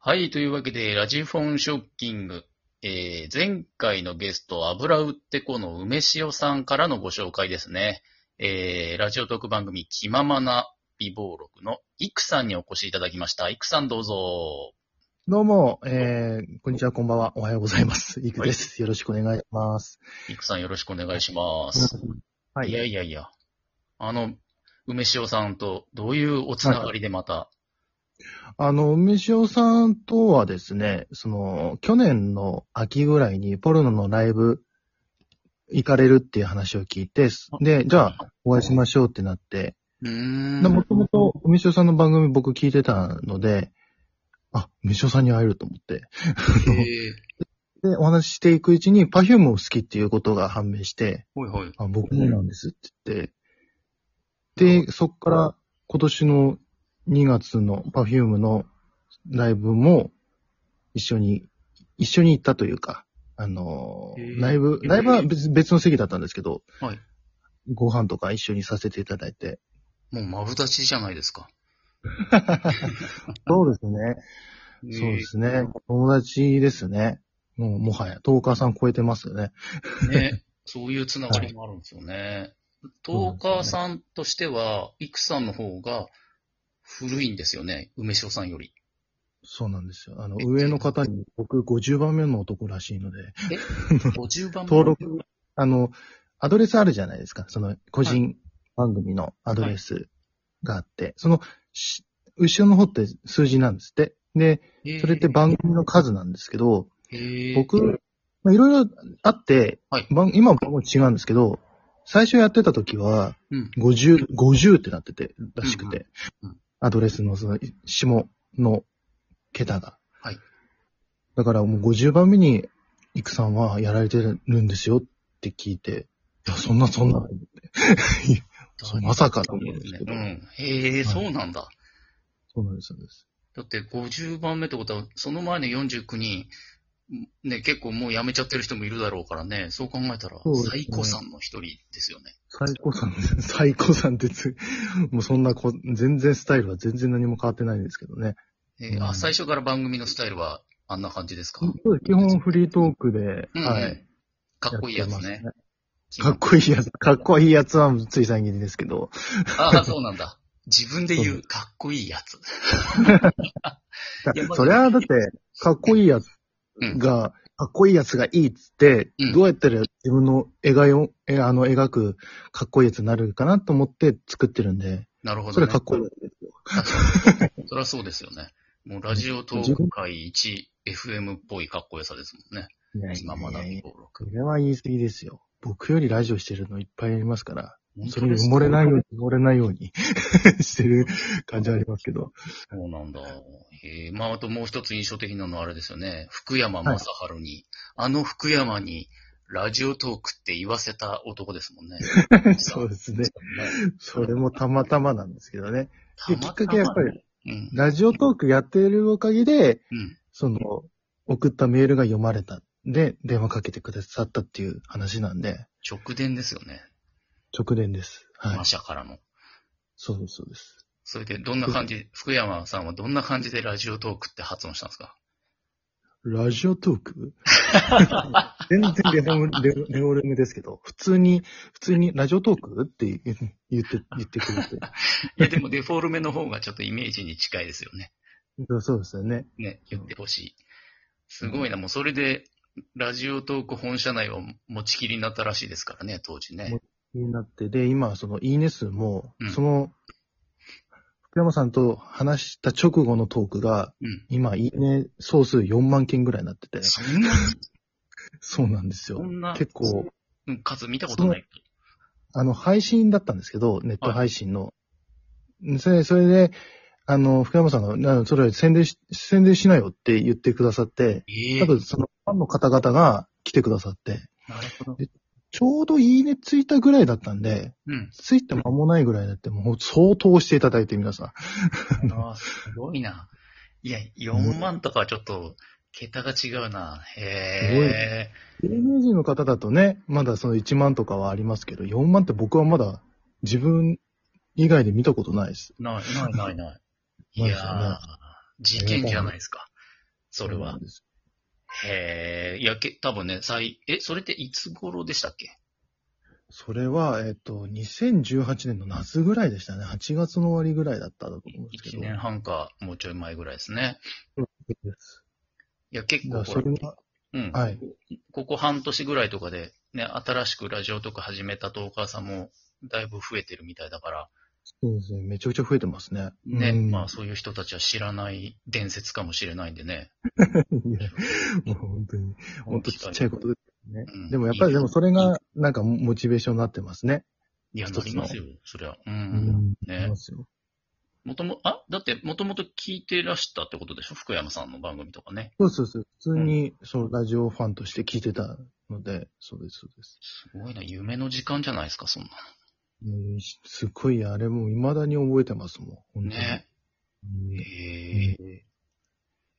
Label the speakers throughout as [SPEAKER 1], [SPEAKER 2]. [SPEAKER 1] はい、というわけで、ラジフォンショッキング。えー前回のゲスト、油売ってこの梅塩さんからのご紹介ですね。えーラジオ特番組、気ままな美貌録のイクさんにお越しいただきました。イクさんどうぞ。
[SPEAKER 2] どうも、えー、こんにちは、こんばんは。おはようございます。いくです。よろしくお願いします。
[SPEAKER 1] イクさんよろしくお願いします。
[SPEAKER 2] はい
[SPEAKER 1] や
[SPEAKER 2] い。
[SPEAKER 1] いやいや。あの、梅塩さんとどういうおつながりでまた。
[SPEAKER 2] あの、梅塩さんとはですね、その、去年の秋ぐらいにポルノのライブ行かれるっていう話を聞いて、で、じゃあ、お会いしましょうってなって、
[SPEAKER 1] うーん。
[SPEAKER 2] もともと梅塩さんの番組僕聞いてたので、あ、梅塩さんに会えると思って。
[SPEAKER 1] えー
[SPEAKER 2] で、お話ししていくうちに、パフュームを好きっていうことが判明して、
[SPEAKER 1] ほいほい。
[SPEAKER 2] あ、僕もなんですって言って、で、そっから今年の2月の Perfume のライブも一緒に、一緒に行ったというか、あの
[SPEAKER 1] へ
[SPEAKER 2] ー、
[SPEAKER 1] ー
[SPEAKER 2] ライブ、ライブは別別の席だったんですけど、
[SPEAKER 1] はい
[SPEAKER 2] ご飯とか一緒にさせていただいて。
[SPEAKER 1] もうまぶたちじゃないですか。
[SPEAKER 2] そうですね。そうですね。友達ですね。もう、もはや、トーカーさん超えてますよね。
[SPEAKER 1] ね、そういうつながりもあるんですよね。トーカーさんとしては、イクさんの方が古いんですよね、梅塩さんよ り。
[SPEAKER 2] そうなんですよ。あの、上の方に僕50番目の男らしいので、
[SPEAKER 1] 50番目
[SPEAKER 2] 登録。あの、アドレスあるじゃないですか。その、個人番組のアドレスがあって、その、し後ろの方って数字なんですって。で、それって番組の数なんですけど、
[SPEAKER 1] えー、
[SPEAKER 2] 僕、まあいろいろあって、
[SPEAKER 1] はい
[SPEAKER 2] 番今はもう違うんですけど、最初やってた時は
[SPEAKER 1] うん、
[SPEAKER 2] 50、50ってなってて、らしくて、
[SPEAKER 1] うんうんうん
[SPEAKER 2] アドレスのその、下の桁が。
[SPEAKER 1] はい
[SPEAKER 2] だからもう50番目に、イクさんはやられてるんですよって聞いて、いや、そんなそんな、そうまさか
[SPEAKER 1] そ
[SPEAKER 2] と
[SPEAKER 1] う
[SPEAKER 2] 思うん
[SPEAKER 1] で
[SPEAKER 2] です
[SPEAKER 1] すね
[SPEAKER 2] け
[SPEAKER 1] う
[SPEAKER 2] ど、
[SPEAKER 1] ん。へえ、そうなんだ。
[SPEAKER 2] そうなんです、そうなんです。
[SPEAKER 1] だって50番目ってことは、その前の49人、ね、結構もう辞めちゃってる人もいるだろうからね、そう考えたら
[SPEAKER 2] そうですね
[SPEAKER 1] 最高さんの一人ですよね。
[SPEAKER 2] 最高さん、最高さんってつ、 もうそんなこ、全然スタイルは全然何も変わってないんですけどね。
[SPEAKER 1] えーあ
[SPEAKER 2] うん
[SPEAKER 1] 最初から番組のスタイルはあんな感じですか、
[SPEAKER 2] そうです基本フリートークで、
[SPEAKER 1] うん
[SPEAKER 2] は
[SPEAKER 1] う
[SPEAKER 2] い
[SPEAKER 1] ん。かっこいいやつね。
[SPEAKER 2] やってますね。かっこいいやつ、かっこいいやつはつい最近ですけど、
[SPEAKER 1] ああ、そうなん だ。自分で言う、かっこいいやつ。いやまあ
[SPEAKER 2] そりゃだって、かっこいいやつ
[SPEAKER 1] うん。
[SPEAKER 2] が、かっこいいやつがいいっつって、
[SPEAKER 1] うん
[SPEAKER 2] どうやったら自分の描いを、えあの、描くかっこいいやつになるかなと思って作ってるんで、
[SPEAKER 1] なるほ
[SPEAKER 2] そ
[SPEAKER 1] ど、ね。
[SPEAKER 2] れはかっこいいやつですよ。
[SPEAKER 1] そりゃそうですよね。もうラジオトーク界一 FM っぽいかっこよさですもんね。
[SPEAKER 2] いやいやいや
[SPEAKER 1] 今まだ登
[SPEAKER 2] そ
[SPEAKER 1] 録。
[SPEAKER 2] れは言い過ぎですよ。僕よりラジオしてるのいっぱいありますから、
[SPEAKER 1] 本
[SPEAKER 2] そ
[SPEAKER 1] 当
[SPEAKER 2] れに
[SPEAKER 1] です
[SPEAKER 2] 埋
[SPEAKER 1] か
[SPEAKER 2] もれないように、埋もれないように してる感じはありますけど。
[SPEAKER 1] そうなんだ。へえまあ、あともう一つ印象的なのはあれですよね。福山雅治に、あの福山に、ラジオトークって言わせた男ですもんね。
[SPEAKER 2] そう ですね。
[SPEAKER 1] ね
[SPEAKER 2] それもたまたまなんですけどね。
[SPEAKER 1] た
[SPEAKER 2] で、
[SPEAKER 1] ま
[SPEAKER 2] き
[SPEAKER 1] ま
[SPEAKER 2] ったかけはやっぱり、
[SPEAKER 1] うん。
[SPEAKER 2] ラジオトークやってるおかげで、
[SPEAKER 1] うん。
[SPEAKER 2] その、送ったメールが読まれた。で、電話かけてくださったっていう話なんで、
[SPEAKER 1] 直伝ですよね。
[SPEAKER 2] 直伝です。はい
[SPEAKER 1] マ。シャからの。
[SPEAKER 2] そうですそうです。
[SPEAKER 1] それで、どんな感じ、福山さんはどんな感じでラジオトークって発音したんですか
[SPEAKER 2] ラジオトー ク全然レオレオレオレムですけど、普通に、普通にラジオトークって言って、言ってくれて。
[SPEAKER 1] いや、でもデフォルメの方がちょっとイメージに近いですよね。
[SPEAKER 2] そうですよね。
[SPEAKER 1] ね、言ってほしい。すごいな、もうそれで、ラジオトーク本社内を持ちきりになったらしいですからね、当時ね。
[SPEAKER 2] になって、で、今、その、いいね数も、
[SPEAKER 1] うん
[SPEAKER 2] その、福山さんと話した直後のトークが、
[SPEAKER 1] うん。
[SPEAKER 2] 今、いいね総数4万件ぐらいになってて、
[SPEAKER 1] そんな、
[SPEAKER 2] そうなんですよ
[SPEAKER 1] そ。んな
[SPEAKER 2] 結構、
[SPEAKER 1] うん数見たことない。
[SPEAKER 2] あの、配信だったんですけど、ネット配信の。それそれで、あの、福山さんが、なそれ宣伝し、宣伝しなよって言ってくださって、
[SPEAKER 1] ええ
[SPEAKER 2] 多分そのファンの方々が来てくださって、
[SPEAKER 1] なるほど。
[SPEAKER 2] ちょうどいいねついたぐらいだったんで、
[SPEAKER 1] うん。
[SPEAKER 2] ついて間もないぐらいだって、もう相当押していただいて皆さん。
[SPEAKER 1] ああ、すごいな。いや、4万とかはちょっと、桁が違うな。へえ。
[SPEAKER 2] 芸能人の方だとね、まだその1万とかはありますけど、4万って僕はまだ自分以外で見たことないです。
[SPEAKER 1] ない、ない、ない、ない。い
[SPEAKER 2] そうで
[SPEAKER 1] や
[SPEAKER 2] すよね
[SPEAKER 1] ー、事件じゃないですか。それ
[SPEAKER 2] な
[SPEAKER 1] は
[SPEAKER 2] ん。です
[SPEAKER 1] へえ、いや、け、多分ね、最、え、それっていつ頃でしたっけ
[SPEAKER 2] それは、えっ、と、2018年の夏ぐらいでしたね。8月の終わりぐらいだったと思うんですけ
[SPEAKER 1] 1
[SPEAKER 2] ど。
[SPEAKER 1] 年半か、もうちょい前ぐらいですね。
[SPEAKER 2] です
[SPEAKER 1] いや、結
[SPEAKER 2] だか
[SPEAKER 1] 構
[SPEAKER 2] ら
[SPEAKER 1] ほ
[SPEAKER 2] そ
[SPEAKER 1] ら
[SPEAKER 2] れは、
[SPEAKER 1] うん。
[SPEAKER 2] はい。
[SPEAKER 1] ここ半年ぐらいとかで、ね、新しくラジオとか始めたトーカーさんも、だいぶ増えてるみたいだから、
[SPEAKER 2] そうですね。めちゃくちゃ増えてますね。
[SPEAKER 1] ね、
[SPEAKER 2] うん
[SPEAKER 1] まあそういう人たちは知らない伝説かもしれないんでね。
[SPEAKER 2] いやもう本当に、本当ちっちゃいことですね。
[SPEAKER 1] うん
[SPEAKER 2] でもやっぱり、でもそれが、なんかモチベーションになってますね。
[SPEAKER 1] いや、な
[SPEAKER 2] 一つ
[SPEAKER 1] り
[SPEAKER 2] の
[SPEAKER 1] ますよ、そりゃ。うん。
[SPEAKER 2] うん
[SPEAKER 1] ね
[SPEAKER 2] いますよ
[SPEAKER 1] もとも、あ、だって、もともと聞いてらしたってことでしょ福山さんの番組とかね。
[SPEAKER 2] そうそうそう。普通に、そのラジオファンとして聞いてたので、そうです、そうです。
[SPEAKER 1] すごいな、夢の時間じゃないですか、そんな
[SPEAKER 2] うんすっごい、あれもう未だに覚えてますもん。本当
[SPEAKER 1] の。
[SPEAKER 2] に
[SPEAKER 1] ね。
[SPEAKER 2] うん
[SPEAKER 1] ええ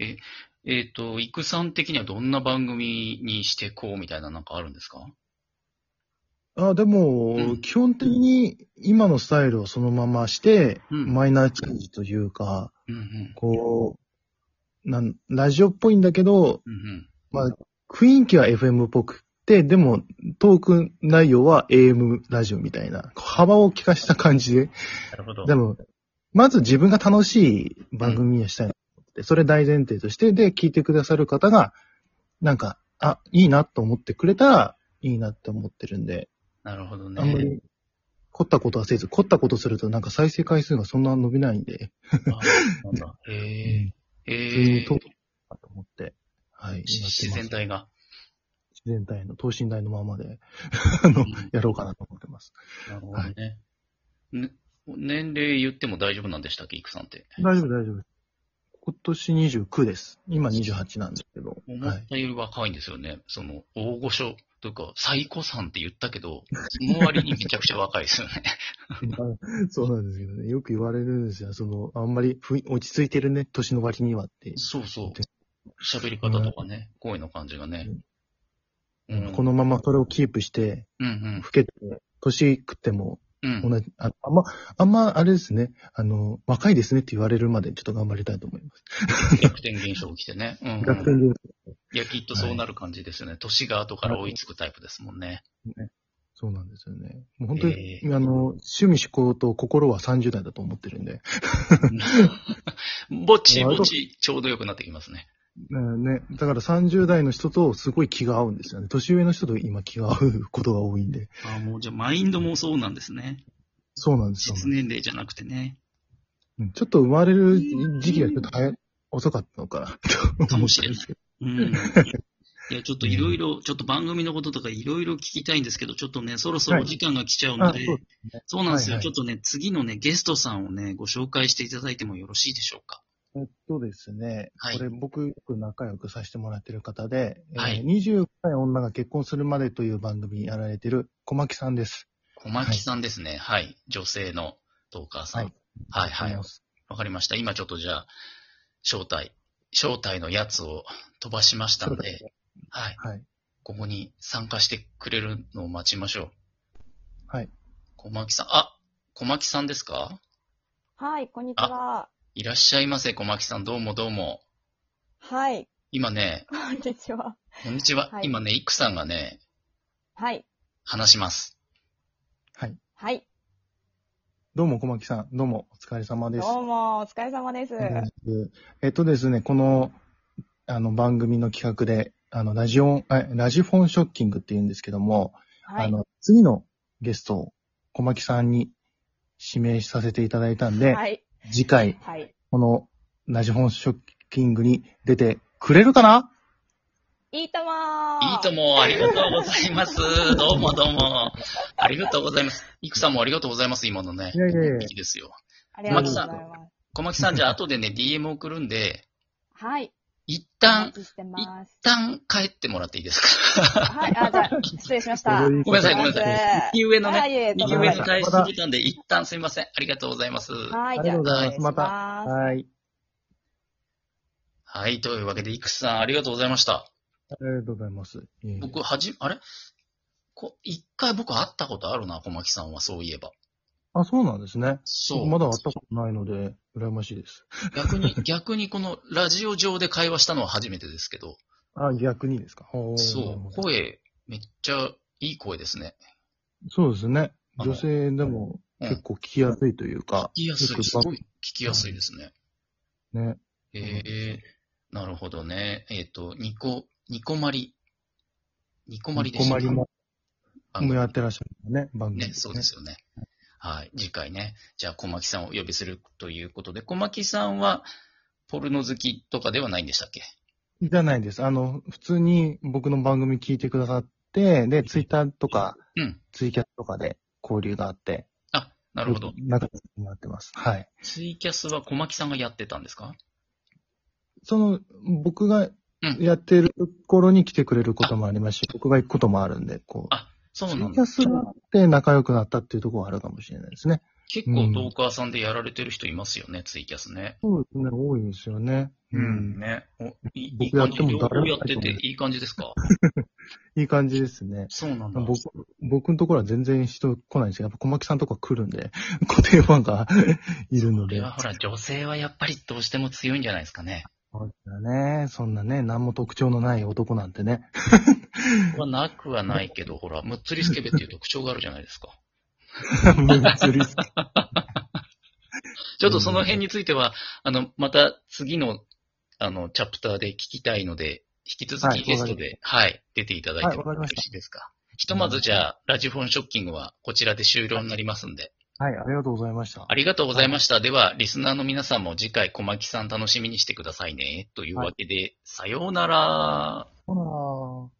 [SPEAKER 1] え、えっ、と、イクさん的にはどんな番組にしてこうみたいななんかあるんですか
[SPEAKER 2] あでも、
[SPEAKER 1] うん
[SPEAKER 2] 基本的に今のスタイルをそのままして、
[SPEAKER 1] うん
[SPEAKER 2] マイナーチェンジというか、
[SPEAKER 1] うんうん。
[SPEAKER 2] こう、なん、ラジオっぽいんだけど、
[SPEAKER 1] うんうん。
[SPEAKER 2] まあ、雰囲気は FM っぽくて、でも、トーク内容は AM ラジオみたいな、幅を利かした感じで。
[SPEAKER 1] なるほど。
[SPEAKER 2] でも、まず自分が楽しい番組にしたいなと思って、それ大前提として、で、聞いてくださる方が、なんか、あ、いいなと思ってくれたら、いいなって思ってるんで、
[SPEAKER 1] なるほど
[SPEAKER 2] あんま
[SPEAKER 1] ね。
[SPEAKER 2] り、凝ったことはせず、凝ったことするとなんか再生回数がそんな伸びないんで、
[SPEAKER 1] あそうなんだ。ええ
[SPEAKER 2] 普通
[SPEAKER 1] え
[SPEAKER 2] に
[SPEAKER 1] え
[SPEAKER 2] 通ったなと思って、はい、
[SPEAKER 1] し自
[SPEAKER 2] やって
[SPEAKER 1] 然
[SPEAKER 2] ま
[SPEAKER 1] 体が。
[SPEAKER 2] す自然体の、等身大のままで、あの
[SPEAKER 1] うん、
[SPEAKER 2] やろうかなと思ってます。
[SPEAKER 1] なるほどね。ね年齢言っても大丈夫なんでしたっけ、イクさんって。
[SPEAKER 2] 大丈夫、大丈夫。今年29です。今28なんですけど。
[SPEAKER 1] 思
[SPEAKER 2] は
[SPEAKER 1] っ
[SPEAKER 2] い。
[SPEAKER 1] たより若いんですよね。その、大御所というか、最古さんって言ったけど、その割にめちゃくちゃ若いです よね。
[SPEAKER 2] そうなんですけどね。よく言われるんですよ。その、あんまりふい落ち着いてるね、年の割にはって。
[SPEAKER 1] そうそう。喋り方とかね、声の感じがね。うん
[SPEAKER 2] このままそれをキープして、
[SPEAKER 1] うん
[SPEAKER 2] 老けて、年食っても、
[SPEAKER 1] うん。うん。
[SPEAKER 2] 同じ、ああんま、あんま、あれですね。あの、若いですねって言われるまでちょっと頑張りたいと思います。
[SPEAKER 1] 逆転現象起きてね。うん、
[SPEAKER 2] 逆
[SPEAKER 1] う
[SPEAKER 2] 転
[SPEAKER 1] ん。
[SPEAKER 2] で、
[SPEAKER 1] いや、きっとそうなる感じですよね。年が後から追いつくタイプですもん ね。
[SPEAKER 2] そうなんですよね。もう本当に、
[SPEAKER 1] え
[SPEAKER 2] あの、趣味思考と心は30代だと思ってるんで。
[SPEAKER 1] ぼちぼち、ちょうど良くなってきますね。
[SPEAKER 2] うんね、だから30代の人とすごい気が合うんですよね。年上の人と今気が合うことが多いんで。
[SPEAKER 1] ああ、もうじゃあ、マインドもそうなんですね。
[SPEAKER 2] そうなんですよ。
[SPEAKER 1] 実年齢じゃなくてね。
[SPEAKER 2] うんちょっと生まれる時期がちょっと早い、遅かったのかな、と
[SPEAKER 1] か
[SPEAKER 2] 思
[SPEAKER 1] も
[SPEAKER 2] っ
[SPEAKER 1] したれ
[SPEAKER 2] ん
[SPEAKER 1] な
[SPEAKER 2] で
[SPEAKER 1] い
[SPEAKER 2] すけど。
[SPEAKER 1] うん。 いや、ちょっといろいろ、ちょっと番組のこととかいろいろ聞きたいんですけど、ちょっとね、そろそろお時間が来ちゃうので、
[SPEAKER 2] はいあそう
[SPEAKER 1] そうなんですよ、
[SPEAKER 2] はいはい
[SPEAKER 1] ちょっとね、次のね、ゲストさんをね、ご紹介していただいてもよろしいでしょうか。
[SPEAKER 2] えっとですね、
[SPEAKER 1] はい
[SPEAKER 2] これ僕よく仲良くさせてもらってる方で、
[SPEAKER 1] はい
[SPEAKER 2] えー、20歳女が結婚するまでという番組やられてる小牧さんです。
[SPEAKER 1] 小牧さんですね。はい。女性のトーカーさん。
[SPEAKER 2] はい
[SPEAKER 1] はい、はい、
[SPEAKER 2] あ
[SPEAKER 1] わ
[SPEAKER 2] の
[SPEAKER 1] かりました。今ちょっとじゃあ、招待、招待のやつを飛ばしましたの
[SPEAKER 2] そう
[SPEAKER 1] で、はい。
[SPEAKER 2] はい。
[SPEAKER 1] ここに参加してくれるのを待ちましょう。
[SPEAKER 2] はい。
[SPEAKER 1] 小牧さん、あ、小牧さんですか
[SPEAKER 3] はい、こんにちは。
[SPEAKER 1] いらっしゃいませ、小牧さん。どうもどうも。
[SPEAKER 3] はい、
[SPEAKER 1] 今ね、
[SPEAKER 3] こんにちは。
[SPEAKER 1] こんにちは。
[SPEAKER 3] はい
[SPEAKER 1] 今ね、イクさんがね、
[SPEAKER 3] はい、
[SPEAKER 1] 話します。
[SPEAKER 2] はい。
[SPEAKER 3] はい、
[SPEAKER 2] どうも小牧さん、どうもお疲れ様
[SPEAKER 3] ど
[SPEAKER 2] です。
[SPEAKER 3] うも、お疲れ様です。
[SPEAKER 2] えっとですね、この、あの、番組の企画で、あの、ラジオン、あラジフォンショッキングって言うんですけども、
[SPEAKER 3] は
[SPEAKER 2] あ
[SPEAKER 3] い、
[SPEAKER 2] の、次のゲストを小牧さんに指名させていただいたんで、
[SPEAKER 3] はい、
[SPEAKER 2] 次回、
[SPEAKER 3] はい。
[SPEAKER 2] このラジフォンショッキングに出てくれるかない
[SPEAKER 3] いとも
[SPEAKER 1] い
[SPEAKER 3] ー
[SPEAKER 1] いとも、ありがとうございます。 どうもどうも。ありがとうございます。イクさんもありがとうございます、今のね。
[SPEAKER 2] いやいやいや
[SPEAKER 1] いいですよ。
[SPEAKER 3] ありがとうございます。
[SPEAKER 1] 小牧さん、じ ゃあ後でね、DM 送るんで、
[SPEAKER 3] はい、
[SPEAKER 1] 一
[SPEAKER 3] お
[SPEAKER 1] 旦
[SPEAKER 3] 待、ちしてます
[SPEAKER 1] 一。旦帰ってもらっていいですか
[SPEAKER 3] はい、あ、 じゃあ、失礼しました。
[SPEAKER 2] ごめん
[SPEAKER 1] ごめんなさい、ごめんなさい。右上の
[SPEAKER 3] は
[SPEAKER 1] ね、
[SPEAKER 3] い、いえとん
[SPEAKER 1] 右
[SPEAKER 3] でも
[SPEAKER 1] 上に
[SPEAKER 3] ないです
[SPEAKER 1] 返しすぎたんで、一旦すみません。ありがとうございます。
[SPEAKER 3] はい、
[SPEAKER 2] あ
[SPEAKER 3] じ
[SPEAKER 2] りがと
[SPEAKER 3] ゃあ、
[SPEAKER 2] うございます
[SPEAKER 3] 失礼します。
[SPEAKER 2] はい。
[SPEAKER 1] はい、というわけで、イクさん、ありがとうございました。
[SPEAKER 2] ありがとうございます。いえいえ
[SPEAKER 1] 僕、はじ、あれこ一回僕会ったことあるな、小牧さんは、そういえば。
[SPEAKER 2] あ、そうなんですね。
[SPEAKER 1] そう。
[SPEAKER 2] まだ会ったことないので、羨ましいです。
[SPEAKER 1] 逆に、 逆にこのラジオ上で会話したのは初めてですけど、
[SPEAKER 2] あ、逆にですか。ほー
[SPEAKER 1] そう、声、めっちゃいい声ですね。
[SPEAKER 2] そうですね。
[SPEAKER 1] あの
[SPEAKER 2] 女性でも
[SPEAKER 1] うん
[SPEAKER 2] 結構聞きやすいというか
[SPEAKER 1] 聞、きやす
[SPEAKER 2] よく
[SPEAKER 1] い、すごい聞きやすいですね。
[SPEAKER 2] ね。
[SPEAKER 1] ええなるほどね。えっ、と、ニコ、ニコマリ。ニコマリでした
[SPEAKER 2] 困りも、
[SPEAKER 1] あ
[SPEAKER 2] もやってらっしゃるんだね、番組。
[SPEAKER 1] ね、そうで。すよね。はい。次回ね。じゃあ、小牧さんをお呼びするということで、小牧さんは、ポルノ好きとかではないんでしたっけ
[SPEAKER 2] じゃないです。あの、普通に僕の番組聞いてくださって、で、ツイッターとか、
[SPEAKER 1] うん。
[SPEAKER 2] ツイキャスとかで交流があって、
[SPEAKER 1] あ、なるほど。
[SPEAKER 2] 仲良くなってます。はい。
[SPEAKER 1] ツイキャスは小牧さんがやってたんですか
[SPEAKER 2] その、僕が
[SPEAKER 1] うん
[SPEAKER 2] やってる頃に来てくれることもありますし、僕が行くこともあるんで、こう。
[SPEAKER 1] あそう
[SPEAKER 2] ツ
[SPEAKER 1] な
[SPEAKER 2] イ
[SPEAKER 1] ん
[SPEAKER 2] キ
[SPEAKER 1] だ
[SPEAKER 2] ャ。スがあって仲良くなったっていうところはあるかもしれないですね。
[SPEAKER 1] 結構、トーカーさんでやられてる人いますよね、ツイキャスね。
[SPEAKER 2] そうですね、多いですよね。
[SPEAKER 1] ね。おいいいい
[SPEAKER 2] 僕や
[SPEAKER 1] 感
[SPEAKER 2] っ
[SPEAKER 1] じ
[SPEAKER 2] ても
[SPEAKER 1] 両
[SPEAKER 2] 誰
[SPEAKER 1] 方
[SPEAKER 2] も
[SPEAKER 1] やってて、いい感じですか
[SPEAKER 2] いい感じですね。
[SPEAKER 1] そうなんだ。
[SPEAKER 2] 僕、僕のところは全然人来ないんですけど、やっぱ小牧さんとか来るんで、 固定ファンが いるの
[SPEAKER 1] これ
[SPEAKER 2] で。
[SPEAKER 1] はほら、女性はやっぱりどうしても強いんじゃないですかね。
[SPEAKER 2] そうだね。そんなね、何も特徴のない男なんてね。
[SPEAKER 1] はなくはないけど、ほら、むっつりスケベっていう特徴があるじゃないですか。
[SPEAKER 2] 無理する
[SPEAKER 1] ちょっとその辺については、あの、また次の、あの、チャプターで聞きたいので、引き続
[SPEAKER 2] はい
[SPEAKER 1] きゲストで、はい、出ていただいて
[SPEAKER 2] はいわか
[SPEAKER 1] よ
[SPEAKER 2] り
[SPEAKER 1] ろ
[SPEAKER 2] ました
[SPEAKER 1] しいですか。ひとまずじゃあ、ラジフォンショッキングはこちらで終了になりますんで。
[SPEAKER 2] はい、ありがとうございました。
[SPEAKER 1] ありがとうございました。では、リスナーの皆さんも次回小牧さん楽しみにしてくださいね。というわけで、さようなら。
[SPEAKER 2] ほらー。